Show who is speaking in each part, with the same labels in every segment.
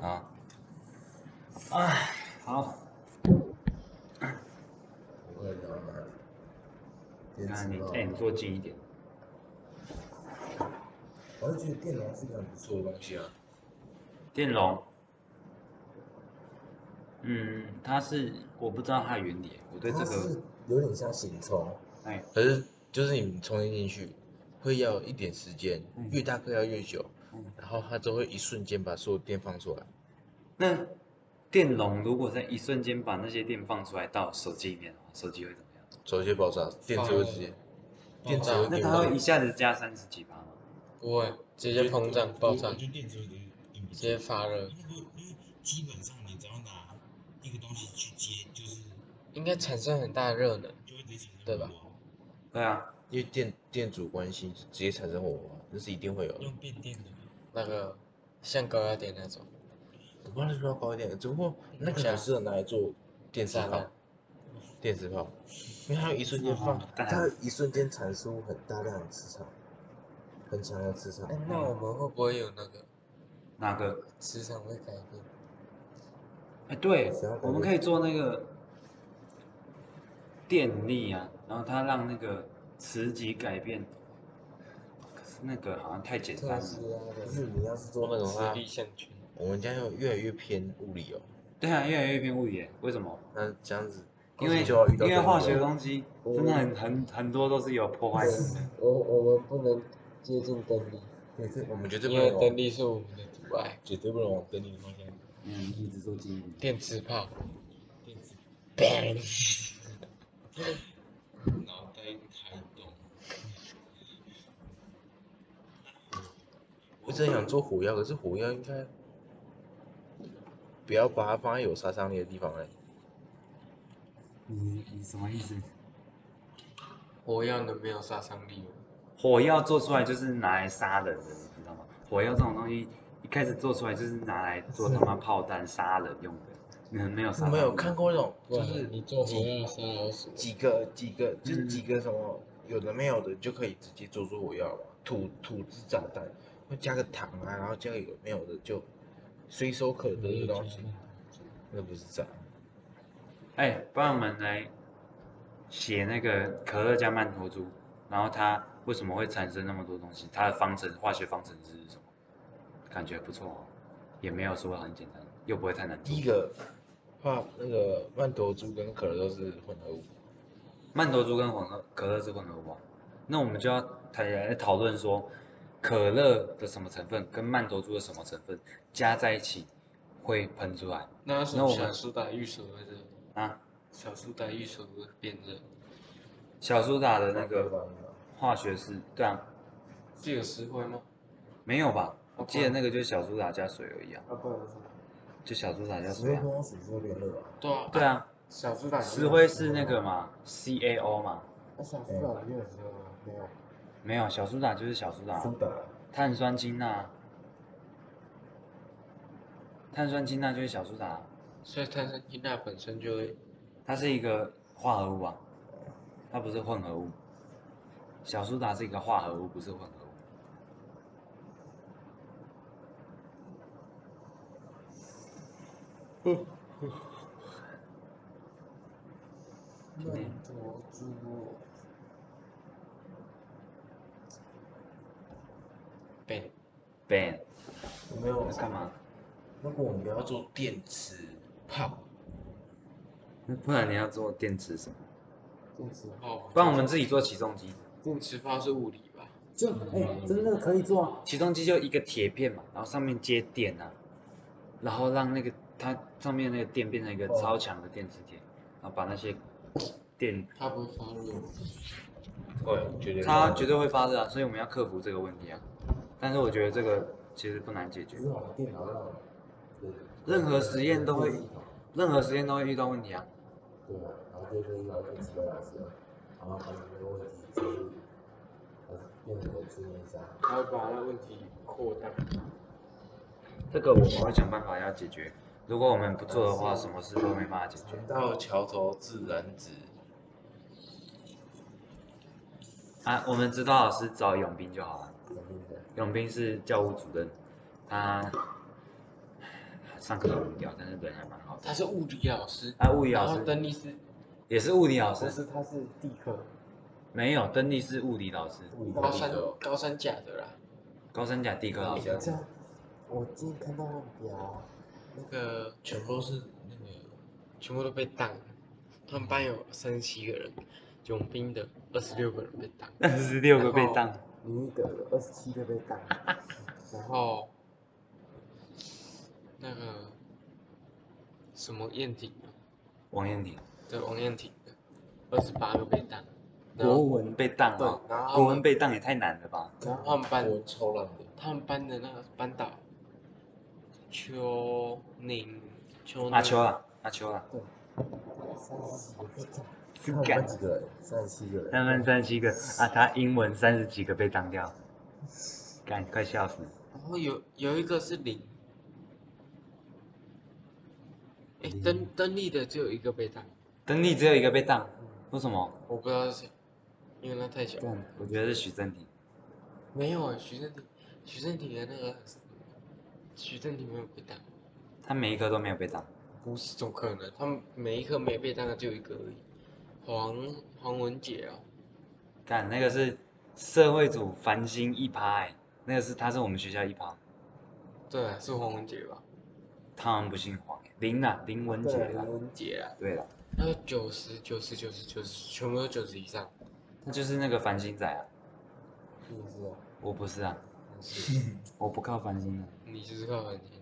Speaker 1: 啊，
Speaker 2: 哎，好，
Speaker 3: 我也要玩儿电
Speaker 1: 那
Speaker 3: 子
Speaker 1: 你
Speaker 3: 猫，
Speaker 1: 哎，你坐近一点。
Speaker 3: 我是觉得电脑是一个很不错的东西啊。
Speaker 1: 电容，嗯，它是我不知道它的原理，我对这
Speaker 3: 它
Speaker 1: 个
Speaker 3: 是有点像行充，
Speaker 1: 哎
Speaker 3: 可是就是你充电进去会要一点时间
Speaker 1: 嗯，
Speaker 3: 越大颗要越久
Speaker 1: 嗯，
Speaker 3: 然后它就会一瞬间把所有电放出来。
Speaker 1: 那电容如果在一瞬间把那些电放出来到手机里面的话，手机会怎么样？
Speaker 3: 首先爆炸，电池会直接，
Speaker 4: 哦
Speaker 3: 电池会
Speaker 1: 那
Speaker 3: 丢
Speaker 1: 它会
Speaker 3: 掉
Speaker 1: 一，下子加三十几趴吗？
Speaker 4: 不会，直接膨胀爆炸，直
Speaker 5: 就电池有点顶不住
Speaker 4: 接发热，
Speaker 5: 因为因为基本上你只要拿一个东西去接，就是
Speaker 4: 应该产生很大的热能。
Speaker 5: 就会直接产生
Speaker 4: 对吧
Speaker 5: 火花
Speaker 1: 对啊，
Speaker 3: 因为电电阻关系直接产生火花，那是一定会有
Speaker 4: 嗯
Speaker 3: 的
Speaker 5: 用。变电的，
Speaker 4: 那个像高压电那种，
Speaker 3: 我怕需要高一点，只不过那个
Speaker 4: 像
Speaker 3: 很适合拿来做电磁
Speaker 4: 炸
Speaker 3: 炮
Speaker 4: 弹，
Speaker 3: 电磁炮，因为它一瞬间放
Speaker 1: 哦，
Speaker 3: 它会一瞬间产出很大量的磁场，很强的磁场
Speaker 4: 哎。，那我们会不会有那个
Speaker 1: 哪个？
Speaker 4: 磁场会改变？
Speaker 1: 哎，对
Speaker 3: 只要，把
Speaker 1: 我们
Speaker 3: 那
Speaker 1: 可以做那个电力啊，然后它让那个磁极改变。可是那个好像太简单
Speaker 4: 特斯
Speaker 1: 了。
Speaker 4: 拉
Speaker 3: 就
Speaker 4: 的
Speaker 3: 是你要是做那种
Speaker 4: 哦磁
Speaker 3: 啊，
Speaker 4: 力项圈，
Speaker 3: 我们家要越来越偏物理哦。
Speaker 1: 对啊，越来越偏物理耶，为什么？
Speaker 3: 那这样子，
Speaker 1: 因为
Speaker 3: 就要遇
Speaker 1: 因
Speaker 3: 到
Speaker 1: 为
Speaker 3: 更
Speaker 1: 化
Speaker 3: 多
Speaker 1: 学的东西
Speaker 3: 哦
Speaker 1: 真的很很很多都是有破坏性的。
Speaker 4: 我我们不能接近灯力，
Speaker 3: 对这我们绝对不
Speaker 4: 因为
Speaker 3: 能
Speaker 4: 灯
Speaker 3: 往，
Speaker 4: 力是我们的阻碍。
Speaker 3: 绝对不能往灯里的方向。
Speaker 1: 嗯，一直做基因。
Speaker 4: 电磁炮，
Speaker 5: 电池
Speaker 4: bang，
Speaker 5: 脑袋开动，
Speaker 3: 我真的想做火药，可是火药应该不要把它放在有杀伤力的地方嘞。
Speaker 1: 你你什么意思？
Speaker 4: 火药能没有杀伤力哦吗？
Speaker 1: 火药做出来就是拿来杀人的，你知道吗？火药这种东西一开始做出来就是拿来做他妈炮弹杀人用的，你们没有杀伤
Speaker 3: 你
Speaker 1: 力
Speaker 3: 们有看过那种，
Speaker 4: 不
Speaker 3: 就
Speaker 4: 然
Speaker 3: 是
Speaker 4: 你做火
Speaker 3: 几
Speaker 4: 药杀老鼠，
Speaker 3: 几个几个，就是
Speaker 1: 嗯
Speaker 3: 几个什么有的没有的就可以直接做出火药嘛，土土制炸弹，会加个糖啊，然后加个有没有的就随手可得的东
Speaker 1: 嗯
Speaker 3: 西，那不是炸。
Speaker 1: 哎、不然我们来写那个可乐加曼陀珠，然后它为什么会产生那么多东西？它的方程化学方程式是什么？感觉不错哦，也没有说很简单，又不会太难做。
Speaker 3: 第一个话，那个曼陀珠跟可乐都是混合物，
Speaker 1: 曼陀珠跟混合可乐是混合物啊，那我们就要谈来讨论说，可乐的什么成分跟曼陀珠的什么成分加在一起会喷出来
Speaker 4: 那为什
Speaker 1: 那
Speaker 4: 么
Speaker 1: 我
Speaker 4: 小
Speaker 1: 们
Speaker 4: 苏打玉水会热？
Speaker 1: 啊？
Speaker 4: 小苏打玉水会变热？
Speaker 1: 小苏打的那个化学式，对啊，
Speaker 4: 这有石灰吗？
Speaker 1: 没有吧？我记得那个就是小苏打加水而已啊，
Speaker 4: 啊，不然是
Speaker 1: 就小苏打加
Speaker 3: 只
Speaker 1: 水
Speaker 3: 会
Speaker 1: 啊。
Speaker 3: 跟水就变热吧？
Speaker 4: 对啊，
Speaker 1: 对啊，
Speaker 4: 小苏打
Speaker 1: 石灰是那个嘛，CaO 嘛，
Speaker 4: 那小苏打没有石灰吗？没有。
Speaker 1: 没有小苏打就是小苏打啊，
Speaker 3: 苏打，
Speaker 1: 碳酸氢钠啊，碳酸氢钠就是小苏打啊。
Speaker 4: 所以碳酸氢钠本身就会，
Speaker 1: 它是一个化合物啊，它不是混合物。小苏打是一个化合物，不是混合物。
Speaker 4: 曼陀珠哦被
Speaker 1: Ben，
Speaker 3: 有没有
Speaker 1: 那干嘛？
Speaker 3: 如果我们要做电磁炮，
Speaker 1: 那不然你要做电池什么？
Speaker 4: 电磁炮，
Speaker 1: 不然我们自己做起重机。
Speaker 4: 电磁炮是物理吧？
Speaker 1: 这哎、真的可以做啊！起重机就一个铁片嘛，然后上面接电啊，然后让那个它上面那个电变成一个超强的电磁铁，然后把那些电，
Speaker 4: 它不会发热吗？
Speaker 3: 会绝对
Speaker 1: 它绝对会发热啊，所以我们要克服这个问题啊。但是我觉得这个其实不难解决。
Speaker 3: 只是好像电脑让，对，
Speaker 1: 任何实验都会，任何实验都会遇到问题啊。
Speaker 3: 对，然后就会遇到电磁老师，然后发现这个问题就是，呃，变成了致命伤。
Speaker 4: 它会把那问题扩大。
Speaker 1: 这个我们会想办法要解决。如果我们不做的话，什么事都没办法解决
Speaker 3: 船到桥头自然直，
Speaker 1: 啊。我们指导老师找永斌就好了。
Speaker 3: 肯定的。
Speaker 1: 永斌是教务主任，他上课很无聊，但是人还蛮好的。
Speaker 4: 他是物理老师，
Speaker 1: 啊，物理
Speaker 4: 然
Speaker 1: 老
Speaker 4: 后
Speaker 1: 师
Speaker 4: 邓丽是
Speaker 1: 也是物理老
Speaker 2: 不
Speaker 1: 师，
Speaker 2: 是他是地科，
Speaker 1: 没有，登历是物理老师，
Speaker 2: 物理
Speaker 4: 高
Speaker 2: 科。
Speaker 4: 三
Speaker 3: 哦
Speaker 4: 高三甲的啦，
Speaker 1: 高三甲地科老师
Speaker 3: 这，
Speaker 2: 这样，我今天看到那个表，
Speaker 4: 那个
Speaker 3: 全部都是那个
Speaker 4: 全部都被当了。他们班有三十七个人，永兵的二十六个人被当，
Speaker 1: 二十六个被
Speaker 4: 然后
Speaker 1: 当，
Speaker 2: 你一个二十七个被干，
Speaker 4: 然后那个什么燕婷啊，
Speaker 1: 王彦廷，
Speaker 4: 对王燕婷的二十八个被当，然
Speaker 1: 国
Speaker 4: 后
Speaker 1: 文被当
Speaker 4: 对
Speaker 1: 啊，，
Speaker 4: 然后他
Speaker 1: 国文
Speaker 4: 们
Speaker 1: 被当也太难了吧？
Speaker 4: 然后
Speaker 2: 哦
Speaker 4: 他们班
Speaker 3: 我超烂的，
Speaker 4: 他们班的那个班导邱宁邱
Speaker 1: 阿
Speaker 4: 宁
Speaker 1: 秋啊，阿秋啊，
Speaker 2: 三十几个被干，
Speaker 3: 他们班几个人？三
Speaker 2: 哦
Speaker 3: 十七个人。
Speaker 1: 三分三十七个啊，他英文三十几个被当掉，干，快笑死！
Speaker 4: 然后有有一个是零，哎，
Speaker 1: 零
Speaker 4: 登登立的只有一个被当，
Speaker 1: 登历只有一个被当，为什么？
Speaker 4: 我不知道是谁，因为那太小。
Speaker 1: 干，我觉得是许正廷，
Speaker 4: 没有啊，徐正廷，徐正廷的那个，徐正廷没有被当，
Speaker 1: 他每一科都没有被当，
Speaker 4: 不是怎么可能？他们每一科没被当的就一个而已。黄黄文杰哦，
Speaker 1: 干，那个是社会组繁星一趴、欸，那个是他是我们学校一趴，
Speaker 4: 对啊，是黄文杰吧？
Speaker 1: 他好像不姓黄、欸，林啊，林文杰
Speaker 2: 对
Speaker 1: 啦，
Speaker 4: 黄文杰啊，
Speaker 1: 对了，
Speaker 4: 那个九十九十九十九十，全部都九十以上。
Speaker 1: 他就是那个繁星仔啊，
Speaker 2: 你也是哦，
Speaker 1: 我不是啊，
Speaker 4: 但是
Speaker 1: 我不靠繁星的。啊
Speaker 4: 你就是靠文杰，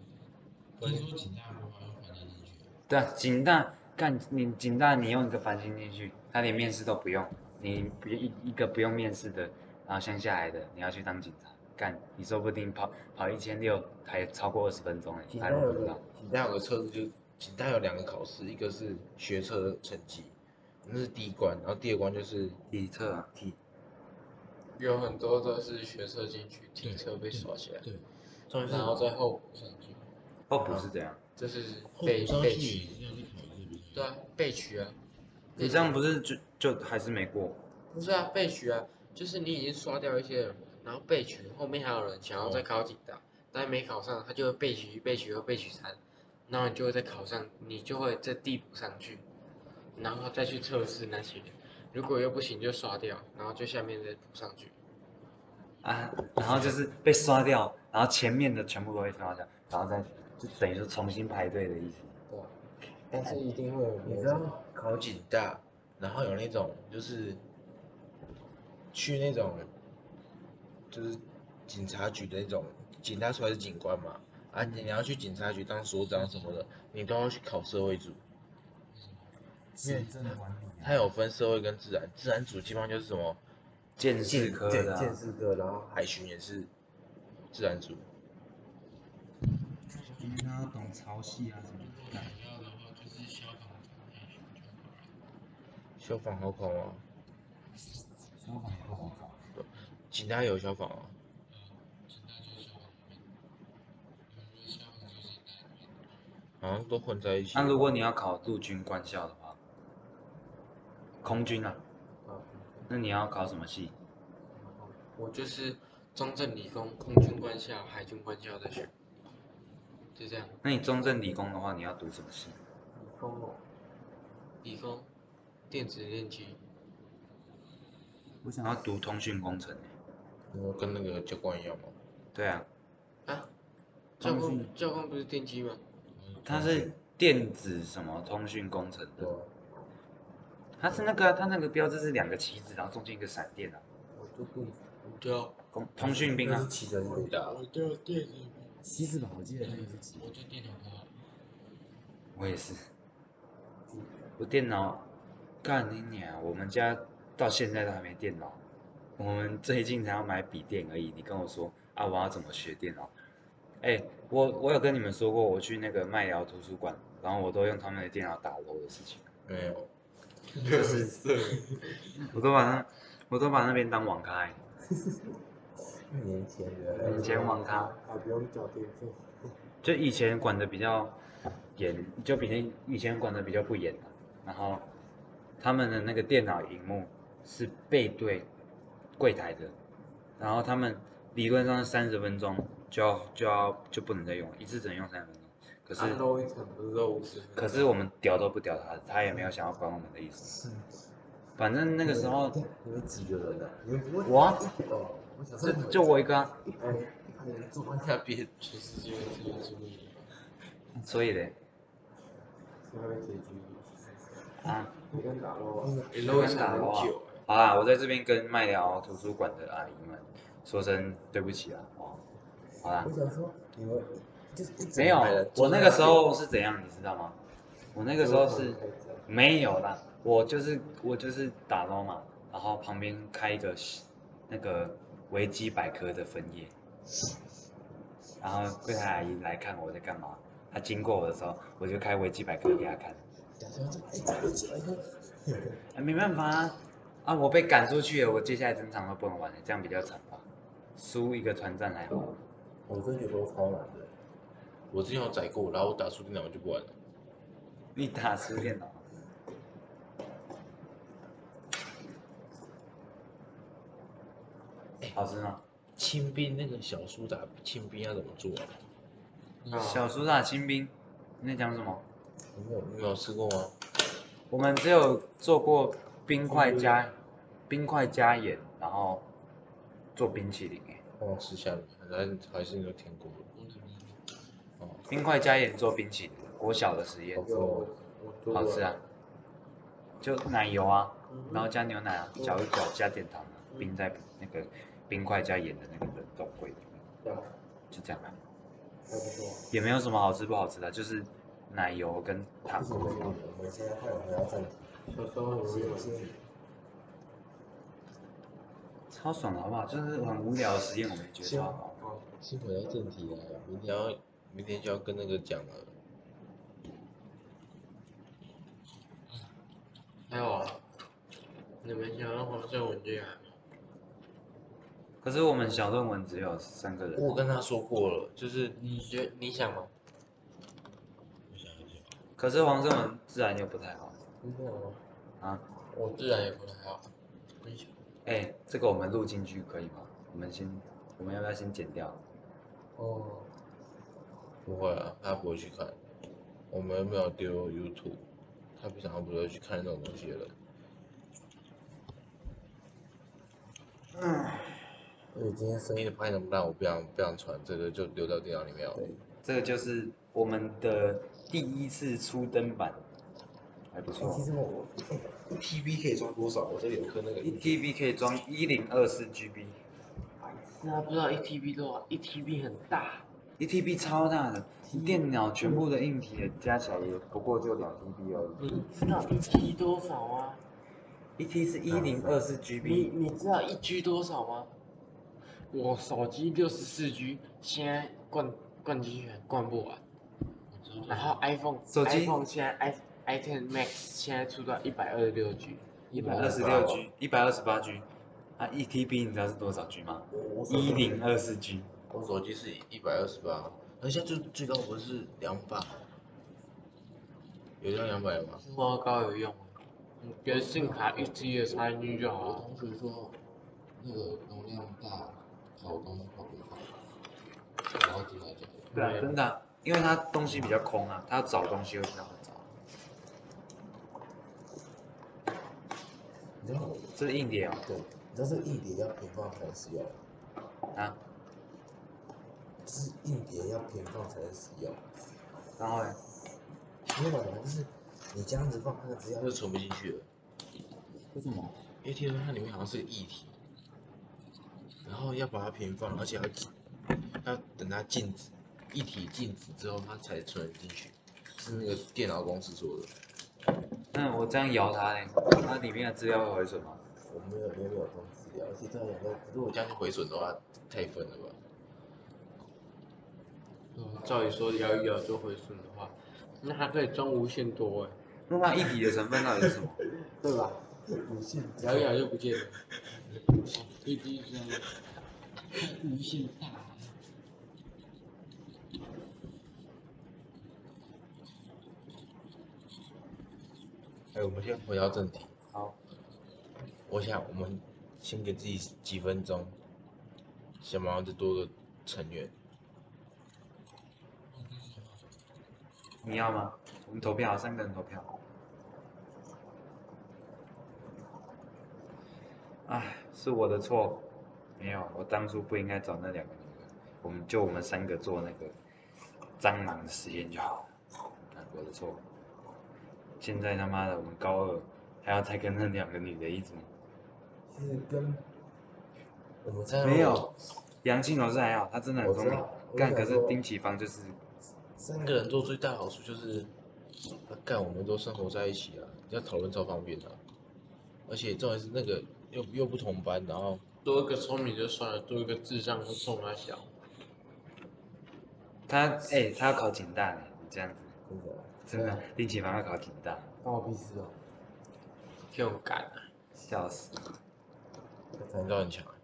Speaker 5: 听说警大不把环境进去，
Speaker 1: 对啊，警大干你警大，你用一个繁星进去，他连面试都不用，你不一一个不用面试的，然后乡下来的，你要去当警察，干你说不定跑跑一千六还超过二十分钟哎、
Speaker 3: 警
Speaker 1: 他
Speaker 3: 大
Speaker 1: 都
Speaker 3: 有
Speaker 1: 不知道
Speaker 3: 个。警大有个测试，就是警大有两个考试，一个是学测的成绩，那是第一关，然后第二关就是
Speaker 1: 体测啊，
Speaker 3: 体，
Speaker 4: 有很多都是学车进去，停车被耍起来，
Speaker 5: 对，
Speaker 3: 重点是
Speaker 4: 然后再后补上去，
Speaker 1: 哦不是这样，
Speaker 4: 这是
Speaker 5: 后
Speaker 4: 被
Speaker 5: 补上去
Speaker 4: 被
Speaker 5: 也
Speaker 4: 取，
Speaker 5: 是要去考一个比
Speaker 4: 对
Speaker 5: 较。
Speaker 4: 啊，被取啊。
Speaker 1: 你这样不是就就还是没过？
Speaker 4: 不是啊，被取啊，就是你已经刷掉一些人，然后被取，后面还有人想要再考警大，但没考上，他就会被取一、被取二、被取三，然后你就会再考上，你就会再递补上去，然后再去测试那些，如果又不行就刷掉，然后就下面再补上去。
Speaker 1: 啊，然后就是被刷掉，然后前面的全部都被刷掉，然后再就等于说重新排队的意思。
Speaker 2: 对啊，但是一定会有
Speaker 3: 你
Speaker 2: 别
Speaker 3: 知
Speaker 2: 人
Speaker 3: 道考警大，然后有那种就是去那种就是警察局的那种，警大出来是警官嘛，啊你你要去警察局当所长什么的，你都要去考社会组，
Speaker 2: 行
Speaker 5: 政管理
Speaker 2: 啊
Speaker 3: 它有分社会跟自然，自然组基本上就是什么
Speaker 1: 建
Speaker 3: 建
Speaker 1: 识科
Speaker 3: 对
Speaker 1: 的啊、
Speaker 3: 建识科，然后海巡也是自然组，
Speaker 2: 因为他懂潮汐啊什么
Speaker 5: 如果你要的话，就是消防长下去就好了。
Speaker 3: 消防好哦考吗？
Speaker 2: 消防也不好搞。
Speaker 3: 警大有消防啊，
Speaker 5: 警大就是消防里面，因为消防就是警大里面。
Speaker 3: 好像都混在一起吧。
Speaker 1: 那如果你要考陆军官校的话，空军啊，
Speaker 4: 嗯
Speaker 2: 啊，
Speaker 1: 那你要考什么系？
Speaker 4: 我就是中正理工空军官校、海军官校在选，就这样。
Speaker 1: 那你中正理工的话，你要读什么系？
Speaker 2: 你疯哦？
Speaker 4: 理工电子电机，
Speaker 1: 我想要读通讯工程欸。
Speaker 3: 你说跟那个教官一样吗？
Speaker 1: 对啊，
Speaker 4: 啊，教
Speaker 1: 通
Speaker 4: 工
Speaker 1: 讯
Speaker 4: 教工不是电机吗？
Speaker 1: 它是电子什么通讯工程
Speaker 3: 对
Speaker 1: 的，
Speaker 3: 啊，
Speaker 1: 它是那个啊、它那个标志是两个旗子，然后中间一个闪电啊，
Speaker 2: 我就不理
Speaker 4: 对啊，
Speaker 1: 工通讯兵
Speaker 3: 那
Speaker 1: 啊
Speaker 3: 是，骑乘北大。
Speaker 4: 我就电子，
Speaker 2: 其实吧，我记得那个是几
Speaker 5: 我对电脑不好，
Speaker 1: 我也是。我电脑，干你娘！我们家到现在都还没电脑，我们最近才要买笔电而已。你跟我说啊，我要怎么学电脑？哎，我我有跟你们说过，我去那个麦寮图书馆，然后我都用他们的电脑打楼的事情，
Speaker 3: 没有，
Speaker 1: 嗯我都把那我都把那边当网咖、欸。
Speaker 3: 年前
Speaker 2: 个，
Speaker 1: 以呃前网咖
Speaker 2: 还啊不用缴电费。
Speaker 1: 就以前管的比较严，就比那以前管的比较不严、啊、然后他们的那个电脑荧幕是背对柜台的，然后他们理论上三十分钟就要就要就不能再用，一次只能用三十分钟。可是
Speaker 4: 他
Speaker 2: 啊
Speaker 4: 漏一场不是漏五十分，
Speaker 1: 可是我们屌都不屌他，他也没有想要管我们的意思。
Speaker 2: 是
Speaker 1: 反正那个时候
Speaker 2: 你们几个人呢？你们不会
Speaker 1: 我啊
Speaker 2: 哦，我想
Speaker 1: 就就我一个、啊，
Speaker 2: 一排一排人坐在
Speaker 3: 那边
Speaker 4: 全世界只有这么一个
Speaker 1: 所以嘞
Speaker 2: 现在被结局，
Speaker 1: 啊，
Speaker 2: 你跟打咯，
Speaker 4: 你漏一场很久欸
Speaker 1: 好啦，我在这边跟麦聊图书馆的阿姨们说声对不起啊，哦，好啦
Speaker 2: 我，想说你们就是一整
Speaker 1: 没有
Speaker 2: 排人，
Speaker 1: 我
Speaker 2: 坐在
Speaker 1: 那个时候是怎样，你知道吗？我那
Speaker 2: 那边
Speaker 1: 个时候是。
Speaker 2: 开战
Speaker 1: 没有啦，我就是我就是打捞嘛，然后旁边开一个那个维基百科的分页，然后柜台阿姨来看我在干嘛，她经过我的时候，我就开维基百科给她看，
Speaker 2: 假装就哎，打一起来看，
Speaker 1: 啊没办法啊，啊我被赶出去了，我接下来整场都不能玩了，这样比较惨吧，输一个团战还好，
Speaker 3: 我真觉得都超难的。我之前有载过，然后我打输电脑我就不玩了。
Speaker 1: 你打输电脑，好吃吗？
Speaker 3: 清兵那个小苏打清兵要怎么做啊？
Speaker 4: 你看
Speaker 1: 小苏打啊清冰，你在讲什么？
Speaker 3: 你没有你没有吃过吗？
Speaker 1: 我们只有做过冰块加冰块加盐，然后做冰淇淋诶，
Speaker 3: 帮我吃下面，然后还是你都听过了。哦，
Speaker 1: 冰块加盐做冰淇淋，国小的实验
Speaker 3: 好，吃
Speaker 2: 有
Speaker 3: 哦
Speaker 2: 我做
Speaker 1: 好
Speaker 2: 过
Speaker 1: 吃啊，就奶油啊，
Speaker 4: 嗯
Speaker 1: 然后加牛奶啊，搅一搅，加点糖啊，
Speaker 3: 嗯
Speaker 1: 冰在那个冰块加盐的那个冷冻柜里面，
Speaker 2: 对啊，
Speaker 1: 就这样啊，
Speaker 2: 还不错啊。
Speaker 1: 也没有什么好吃不好吃的，啊就是奶油跟糖
Speaker 2: 不行不行，
Speaker 3: 嗯
Speaker 2: 我们现在看还要再
Speaker 4: 小时候很无聊
Speaker 2: 先
Speaker 1: 超爽的好不好？就是很无聊的实验，我们也觉得超好。
Speaker 3: 先回到正题来，明天要明天就要跟那个讲了。
Speaker 4: 还有啊，你们想要黄色文具啊？
Speaker 1: 可是我们小论文只有三个人，啊
Speaker 3: 我跟他说过了，就是
Speaker 6: 嗯
Speaker 4: 你觉你想吗？
Speaker 5: 我想一下，
Speaker 1: 可是黄胜文自然又不太好
Speaker 2: 真的吗？
Speaker 1: 啊。
Speaker 4: 我自然也不太好。你想
Speaker 1: 哎、这个我们录进去可以吗？我们先，我们要不要先剪掉？
Speaker 2: 哦，
Speaker 3: 不会啊，他不会去看。我们又没有丢 YouTube，他平常不会去看那种东西的人。
Speaker 2: 所以今天生
Speaker 3: 你
Speaker 2: 意
Speaker 3: 的拍那么烂，我不想不想传这个，就丢到电脑里面了。
Speaker 1: 这个就是我们的第一次初登版，还不
Speaker 2: 哎，
Speaker 1: 错
Speaker 2: 其。实我
Speaker 3: 一 TB 可以装多少？我这里有颗那个
Speaker 1: 一 TB 可以装一零二四 GB，
Speaker 4: 是啊，不知道一 TB 多少，一 TB 很大。
Speaker 1: 一 TB 超大的，电脑全部的硬体加起来也不过就两 TB 而已。
Speaker 4: 你知道一 T 多少吗？
Speaker 1: 一 T 是一零二四
Speaker 4: 你
Speaker 1: GB，
Speaker 4: 你知道一 G 多少吗？我手机六十四 G，现在灌灌进去还灌不完。然后 iPhone
Speaker 1: 手机
Speaker 4: iPhone 现在 i i ten max 现在出到一百二十六 G，
Speaker 1: 一百二十六 G，一百二十八 G，啊，一 TB 你知道是多少 G 吗？
Speaker 3: 我手
Speaker 1: 一零二四 G，
Speaker 3: 我手机是一百二十八，而且最最高不是两百，有到两百吗？
Speaker 4: 多高有用吗？你别信卡一 G 的插进去就好
Speaker 6: 我
Speaker 4: 了。
Speaker 6: 同学说，那个容量大，跑东西跑不快，然后进来讲，
Speaker 1: 对啊，
Speaker 4: 嗯
Speaker 1: 真的啊、因为它东西比较空啊，它要找东西会比较好找。
Speaker 2: 你知道我
Speaker 1: 这是硬碟哦，
Speaker 2: 对，你知道这个硬碟要平放才能使用，
Speaker 1: 啊，
Speaker 2: 就是硬碟要平放才能使用。
Speaker 1: 然后呢？
Speaker 2: 没有啊，就是你这样子放那个资料
Speaker 3: 它，就存不进去了，
Speaker 2: 为什
Speaker 1: 啊
Speaker 2: 么？
Speaker 3: 因为听说它里面好像是个液体，然后要把它平放，而且要要等它静止，液体静止之后它才存进去，是那个电脑公司说的。
Speaker 1: 那我这样摇它嘞，它里面的资料会回损吗？
Speaker 2: 我没有没有没有东西料，而且这两个
Speaker 3: 如果这样去毁损的话，太分了吧？
Speaker 4: 照理说摇一摇就回顺的话，那它可以装无限多哎、
Speaker 1: 那它一体的成分到底是什么？
Speaker 2: 对吧？无限
Speaker 4: 摇一摇就不见了。
Speaker 6: 最低是无限大。
Speaker 3: 哎，我们先回到正题。
Speaker 1: 好，
Speaker 3: 我想我们先给自己几分钟，想办法再多个成员。
Speaker 1: 你要吗？我们投票，啊三个人投票。唉，是我的错，没有，我当初不应该找那两个女的，我们就我们三个做那个蟑螂的实验就好。啊我的错。现在他妈的，我们高二还要再跟那两个女的一直
Speaker 2: 因为跟我们在
Speaker 1: 没有，杨庆老师还好，他真的很
Speaker 2: 我知
Speaker 1: 聪明
Speaker 2: 道。我
Speaker 1: 干，
Speaker 2: 想
Speaker 1: 可是
Speaker 2: 说
Speaker 1: 丁启芳就是
Speaker 2: 三
Speaker 3: 三个人做最大好处就是，啊干、我们都生活在一起啊，要讨论超方便的啊、而且重点是那个又又不同班，然后
Speaker 4: 多一个聪明就算了，多一个智障就冲他小。
Speaker 1: 他，哎、他要考警大呢，你这样子，
Speaker 2: 真的
Speaker 1: 真的，丁启芳要考警大，
Speaker 6: 关我屁事哦。
Speaker 4: 又敢啊！
Speaker 1: 笑死，
Speaker 3: 反正很强啊。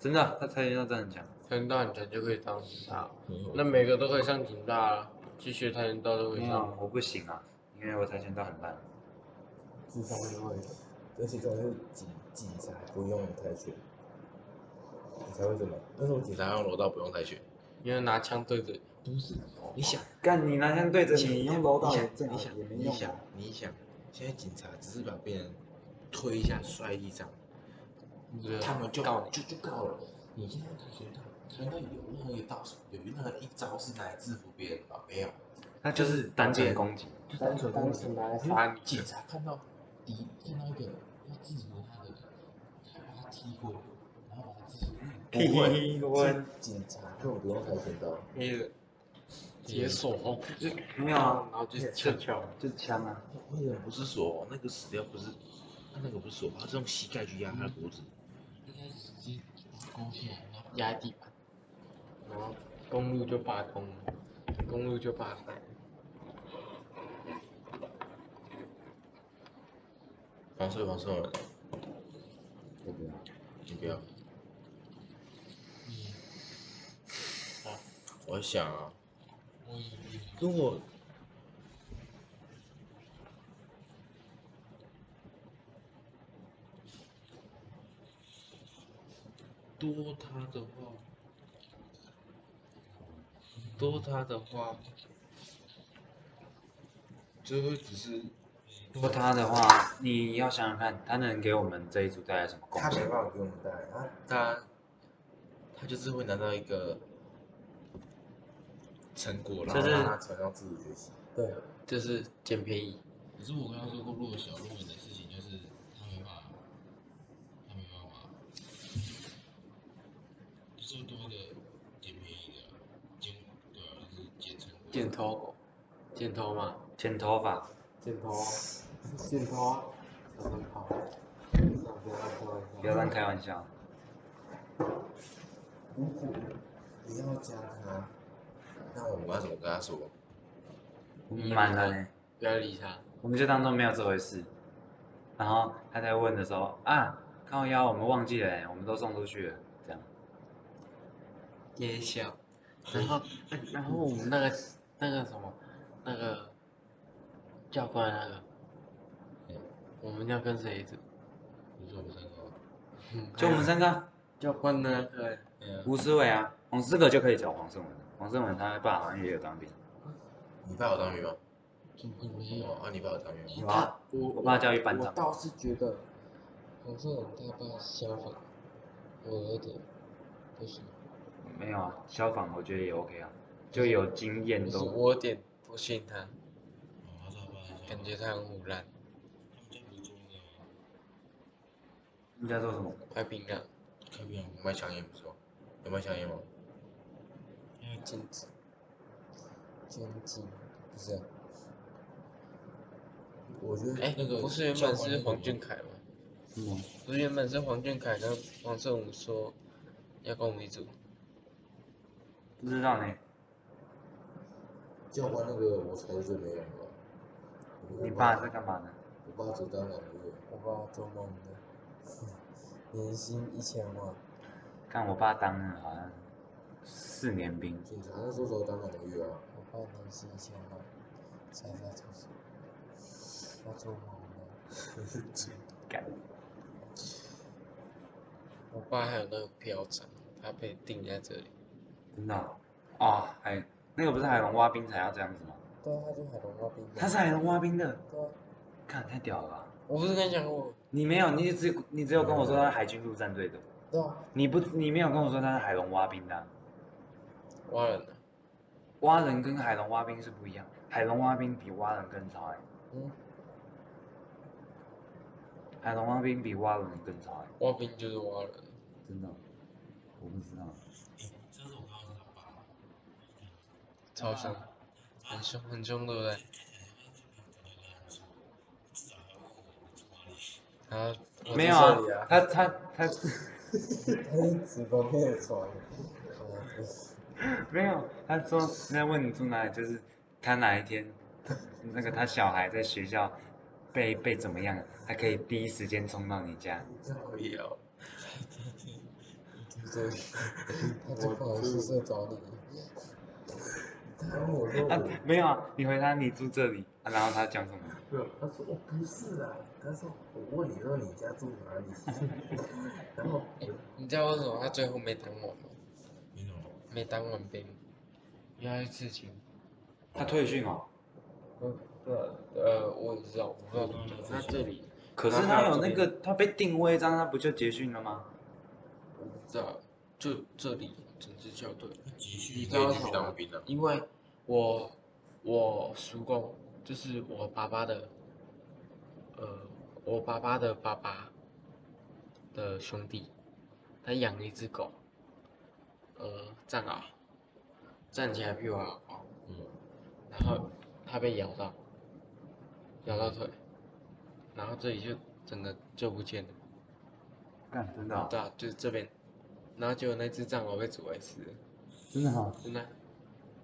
Speaker 1: 真的，他跆拳道真的很强。
Speaker 4: 跆到你拳就可以当警察，
Speaker 3: 没有
Speaker 4: 那每个都可以上警大啊，去学跆拳道都可以
Speaker 1: 没
Speaker 4: 上。
Speaker 1: 有，我不行啊，因为我跆拳道很烂。
Speaker 6: 智商因为
Speaker 2: 而且重点是警警察不用跆拳，你才会怎么？但是我警
Speaker 3: 你
Speaker 2: 察
Speaker 3: 才用柔道不用太拳，
Speaker 4: 因为拿枪对着，
Speaker 6: 不是
Speaker 3: 你想
Speaker 1: 干你拿枪对着你，用楼道
Speaker 3: 你
Speaker 1: 也
Speaker 3: 想
Speaker 1: 正
Speaker 3: 你
Speaker 1: 好
Speaker 3: 想
Speaker 1: 也没
Speaker 3: 你
Speaker 1: 用
Speaker 3: 想
Speaker 1: 啊。
Speaker 3: 你想，现在警察只是把别人推一下摔地上，
Speaker 4: 对
Speaker 3: 他们就
Speaker 4: 告你。
Speaker 3: 就就告了。你现在跆拳道，跆拳道有任何一个道术，有任何一招是来制服别人的吗？没有。
Speaker 1: 他就是单纯攻击，
Speaker 6: 单纯单纯拿来杀你，
Speaker 3: 警察看到
Speaker 6: 敌看到一个要制服他的人，他把他踢过，然后把他制服。
Speaker 1: 屁我
Speaker 2: 警察根本不用跆拳道，
Speaker 4: 解锁后，
Speaker 1: 没有啊，
Speaker 4: 然后就翘翘。
Speaker 1: 就是枪啊。
Speaker 3: 那个不是锁，那个死掉不是，他那个不是锁，他是用膝盖去压他的脖子。
Speaker 6: 一开始直接勾起来，然后
Speaker 4: 压地板，然后公路就罢工了，公路就罢赛。
Speaker 2: 嗯
Speaker 3: 黄色黄色，
Speaker 2: 对不对？
Speaker 3: 你不要，嗯
Speaker 6: 你
Speaker 3: 我想啊，
Speaker 6: 我也没有
Speaker 3: 如果多他的话，多他的话，就会只是
Speaker 1: 如果他的话，你要想想看，他能给我们这一组带来什么贡
Speaker 2: 他没
Speaker 1: 献？
Speaker 2: 办法给我们带来，他
Speaker 3: 他他就是会拿到一个成果啦，
Speaker 1: 就
Speaker 2: 然后
Speaker 1: 是
Speaker 2: 让他传让自主学习。
Speaker 6: 对，
Speaker 4: 就是捡便宜，
Speaker 6: 可是我刚刚说过，如果小论文的事情就是他没办法，他没办法，就是多一个捡便宜的啊，捡对啊，就是捡成果。
Speaker 4: 剪头狗，剪头嘛，
Speaker 1: 剪头发，
Speaker 6: 剪头啊，剪头啊，常常跑，不要乱开玩笑
Speaker 1: 不要乱开玩笑。
Speaker 2: 如果你要加他，
Speaker 3: 那我们要怎么跟他说？
Speaker 1: 我们满了呢，
Speaker 4: 不要理他。
Speaker 1: 我们就当做没有这回事。然后他在问的时候啊，靠腰，我们忘记了欸，我们都送出去了，这样。
Speaker 4: 也小，然后，然后我们那个那个什么，那个教官那个，我们要跟谁组？
Speaker 3: 你说我们三个，
Speaker 4: 嗯
Speaker 1: 就我们三个啊，
Speaker 4: 教官的那个，
Speaker 3: 对啊，
Speaker 1: 吴思伟啊，黄思格就可以找黄胜文了。黄胜文他爸好像也有当兵，
Speaker 3: 你爸有当兵吗？
Speaker 6: 怎么没有
Speaker 3: 哦，？啊，你爸有当兵吗？
Speaker 1: 有啊，
Speaker 4: 我
Speaker 1: 我爸教育班
Speaker 4: 我
Speaker 1: 长。
Speaker 4: 倒是觉得
Speaker 6: 黄色人他爸相反，我儿子不行，
Speaker 1: 没有啊，消防我觉得也 OK 啊，就有经验
Speaker 4: 不是，
Speaker 1: 都。
Speaker 4: 我有点不信他，
Speaker 5: 哦，他说他爸在
Speaker 4: 感
Speaker 5: 想
Speaker 4: 觉他很腐烂，
Speaker 5: 他们家不是做那个吗
Speaker 1: 你在做什么？
Speaker 4: 卖槟榔、
Speaker 5: 开槟榔
Speaker 3: 我卖香烟不是吗？有卖香烟吗？
Speaker 6: 兼职，兼职不是啊，
Speaker 2: 我觉得
Speaker 4: 哎，
Speaker 3: 那个
Speaker 4: 不是原
Speaker 3: 教
Speaker 4: 本
Speaker 3: 官
Speaker 4: 是
Speaker 3: 那个
Speaker 4: 黄
Speaker 3: 吗
Speaker 4: 俊凯吗？
Speaker 1: 嗯
Speaker 4: 不是原本是黄俊凯跟黄圣武说要跟我们一组，
Speaker 1: 不知道呢。
Speaker 2: 教官那个我才是最没用的。我
Speaker 1: 你爸是干嘛的？
Speaker 2: 我爸只当两个月，
Speaker 6: 我爸做梦的，
Speaker 2: 年薪一千万，
Speaker 1: 看我爸当了好像四年兵，
Speaker 2: 警察那时候只有当两个月啊。
Speaker 6: 我爸年薪一千万，才在做什么？他做梦的，
Speaker 1: 干
Speaker 4: 我爸还有那个票长，他被定在这里。
Speaker 1: 真的啊、哦还那个不是海龙挖冰才要这样子吗？
Speaker 2: 对啊，他就是海龙蛙兵的。
Speaker 1: 他是海龙蛙兵的，
Speaker 2: 对啊，
Speaker 1: 看太屌了吧！
Speaker 4: 我不是跟你讲过，
Speaker 1: 你没有，你只你只有跟我说他是海军陆战队的，
Speaker 2: 对啊，
Speaker 1: 你不你没有跟我说他是海龙蛙兵的啊、
Speaker 4: 挖人啊了，
Speaker 1: 蛙人跟海龙蛙兵是不一样，海龙蛙兵比蛙人更潮哎、
Speaker 2: 嗯，
Speaker 1: 海龙蛙兵比蛙人更潮哎、
Speaker 4: 挖兵就是挖人。啊
Speaker 1: 真的，啊我不知道。
Speaker 5: 上次我看到是他爸爸，
Speaker 4: 超凶，很凶很凶，对不对？啊，我
Speaker 1: 没
Speaker 4: 在
Speaker 1: 有
Speaker 4: 这
Speaker 1: 啊
Speaker 4: 里啊，
Speaker 1: 他他他
Speaker 2: 他是指旁边的床。嗯
Speaker 1: 没有，他说在问你住哪里，就是他哪一天，那个他小孩在学校被被怎么样，他可以第一时间冲到你家。
Speaker 4: 可以哦。
Speaker 2: 对，
Speaker 4: 啊
Speaker 2: 他就 跑来宿舍找你。他问我说
Speaker 1: 啊
Speaker 2: 我，
Speaker 1: 没有啊，你回答你住这里，啊然后他讲什么？
Speaker 2: 没有，他说我不是啊，他说我问你说你家住哪里， 然后
Speaker 4: 你知道为什么他最后没当完吗？
Speaker 5: 没有，
Speaker 4: 没当完兵，因为他去刺青。
Speaker 1: 他退训哦，
Speaker 4: 嗯，呃，我也不知道，我不知道怎么讲。他这里
Speaker 1: 可是他有那个他被定位章，他不就结训了吗？
Speaker 4: 我不知道，就这里整支校队，
Speaker 5: 他集训
Speaker 4: 你
Speaker 5: 可
Speaker 4: 知
Speaker 5: 以
Speaker 4: 道为
Speaker 5: 继
Speaker 4: 什
Speaker 5: 续
Speaker 4: 么
Speaker 5: 当
Speaker 4: 吗
Speaker 5: 兵啊了。
Speaker 4: 因为我我叔公就是我爸爸的，呃，我爸爸的爸爸的兄弟，他养了一只狗，呃，藏獒，站起来比我还要高，
Speaker 5: 嗯，
Speaker 4: 然后他被咬到，咬到腿，然后这里就整个就不见了，
Speaker 1: 干，真的哦、
Speaker 4: 对啊，就是这边，然后结果那只藏獒被主为死了，
Speaker 1: 真的好、
Speaker 4: 真的，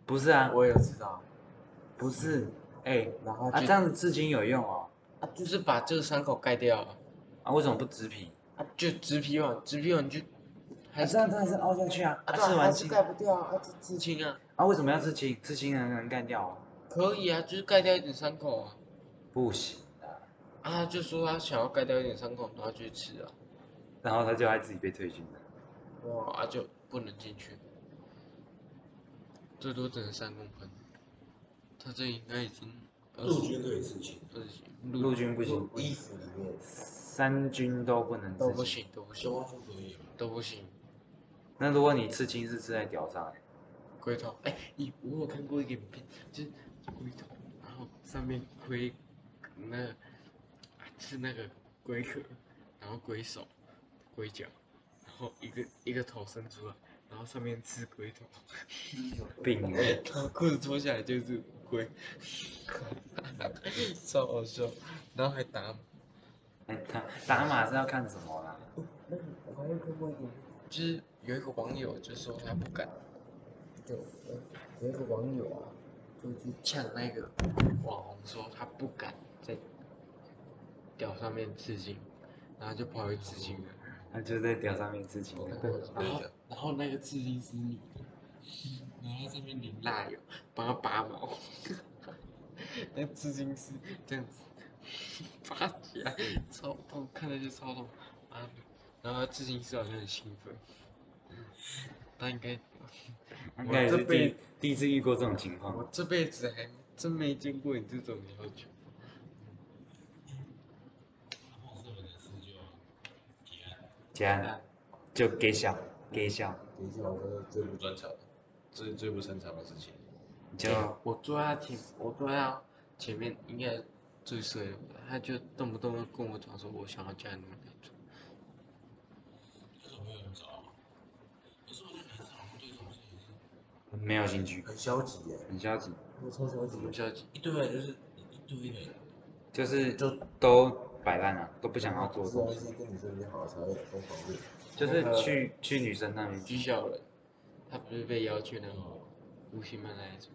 Speaker 1: 不是啊，
Speaker 4: 我也有知道。
Speaker 1: 不是，哎、
Speaker 2: 然后
Speaker 1: 啊，
Speaker 4: 就
Speaker 1: 这样子刺青有用哦？
Speaker 4: 啊，就是把这个伤口盖掉啊，
Speaker 1: 啊，为什么不植皮？
Speaker 4: 啊就植皮嘛，植皮嘛你就
Speaker 1: 啊，
Speaker 4: 还是
Speaker 1: 这样真的是凹下去啊！啊，刺完
Speaker 2: 还是
Speaker 1: 青
Speaker 2: 盖不掉啊，啊这
Speaker 4: 刺
Speaker 2: 这
Speaker 4: 青啊，
Speaker 1: 啊，为什么要刺青？刺青很难干掉哦。
Speaker 4: 可以啊，就是盖掉一点伤口啊，
Speaker 1: 不行啊，
Speaker 4: 啊他就说他想要盖掉一点伤口，然后就去吃啊，
Speaker 1: 然后他就还自己被退军了。
Speaker 4: 哦啊就不能进去，最多只能三公分，他这应该已经二
Speaker 5: 陆
Speaker 4: 十
Speaker 5: 军可以刺青，
Speaker 4: 二十几
Speaker 1: 陆军不行，
Speaker 2: 衣服里面
Speaker 1: 三军都不能
Speaker 4: 都
Speaker 1: 刺
Speaker 4: 不
Speaker 1: 青。
Speaker 4: 行都不
Speaker 5: 消
Speaker 4: 行
Speaker 5: 防处可以啊。
Speaker 4: 都不行，
Speaker 1: 那如果你刺青是刺在屌上、欸，
Speaker 4: 龟头哎，你我有看过一个影片，就是龟头，然后上面龟那个啊是那个龟壳，然后龟手、龟脚，然后一个一个头伸出来，然后上面是龟头，
Speaker 1: 病欸
Speaker 4: 然后裤子脱下来就是龟，超好笑，然后还打
Speaker 1: 哎、他打码是要看什么啦？
Speaker 2: 那个我还有看过一个，
Speaker 4: 就是有一个网友就说他不敢
Speaker 2: 就呃有一个网友啊，就去
Speaker 4: 呛那个网红说他不敢在屌上面刺青，然后就跑去刺青了。
Speaker 1: 他就在屌上面刺青了。
Speaker 4: 然后然后那个刺青师女的，然后上面淋蜡油，帮他拔毛， 那刺青师这样子拔起来，超痛，看着就超痛，妈的！然后刺青师好像很兴奋，他应该，
Speaker 1: 他应该也是
Speaker 4: 我这
Speaker 1: 第
Speaker 4: 辈
Speaker 1: 一第一次遇过这种情况
Speaker 4: 我。这辈子还真没见过你这种要求。
Speaker 5: 后这本的事就结案，
Speaker 1: 这样就给笑给笑，
Speaker 2: 等一下我说
Speaker 5: 最不专长，最最不擅长的事情。
Speaker 1: 就
Speaker 4: 我坐在他前，我坐在他前面应该最衰的吧，他就动不动就跟我讲说我想要加你们那种，
Speaker 5: 为什么没有人找啊？可是我觉得男生好像对这种事情
Speaker 1: 没有兴趣，
Speaker 2: 很消极耶，
Speaker 1: 很消极，
Speaker 2: 我超消
Speaker 4: 我
Speaker 2: 极
Speaker 4: 们
Speaker 2: 的，
Speaker 4: 就要进
Speaker 5: 一堆人就是一堆人，
Speaker 1: 就是哦
Speaker 2: 就
Speaker 1: 都摆烂了，都不想要做
Speaker 2: 知道
Speaker 1: 东
Speaker 2: 一
Speaker 1: 西，
Speaker 2: 些跟女生比较好的才会疯狂的。
Speaker 1: 就是
Speaker 4: 那个
Speaker 1: 去去女生那边
Speaker 4: 居小人，他不是被邀去那个乌西曼那一组，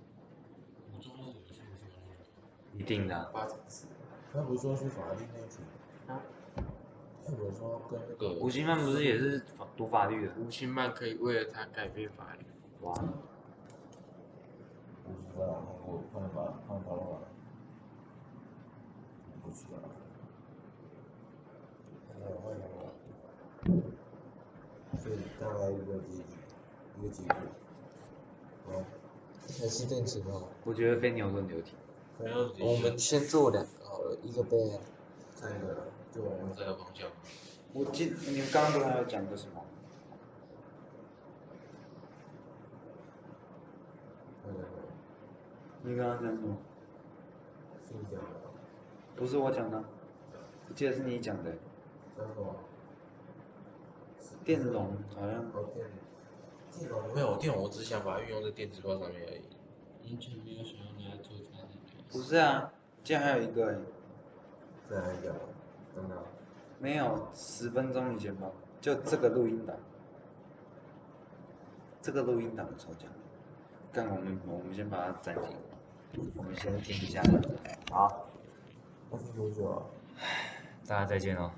Speaker 5: 我中午有去我去玩
Speaker 1: 一定的啊，
Speaker 2: 八成是，他不是说去法律那一群
Speaker 4: 啊？
Speaker 2: 他不是说跟那个
Speaker 1: 吴昕曼不是也是法读法律的？
Speaker 4: 乌西曼可以为了他改变法律，
Speaker 1: 哇，
Speaker 2: 我不知道，我看了吧，看了吧，不知道。哎呀，我也忘了所以大概一个结局，一个结局。嗯，还是电池好了。
Speaker 1: 我觉得非牛顿流体，
Speaker 5: 没有底
Speaker 2: 我
Speaker 5: 线
Speaker 2: 们先做两个好了，一个杯啊，
Speaker 6: 再一个
Speaker 2: 对啊，
Speaker 5: 这个方向，
Speaker 1: 我记你们刚刚跟我讲个什么？
Speaker 2: 那个
Speaker 1: 你刚刚讲什么？
Speaker 2: 是你讲的啊，
Speaker 1: 不是我讲的，我记得是你讲的。
Speaker 2: 讲什么？
Speaker 1: 电容好像
Speaker 2: 哦，电电容
Speaker 3: 没有电，我只想把它运用在电磁炮上面而已。
Speaker 6: 完全没有想要拿来做家里的。
Speaker 1: 不是啊，竟然还有一个欸
Speaker 2: 再来一个啊，真的啊，
Speaker 1: 没有十分钟以前吧，就这个录音档，这个录音档的抽奖，但我们我们先把它暂停，我们先听一下，好，
Speaker 2: 那是多久啊？
Speaker 1: 大家再见哦。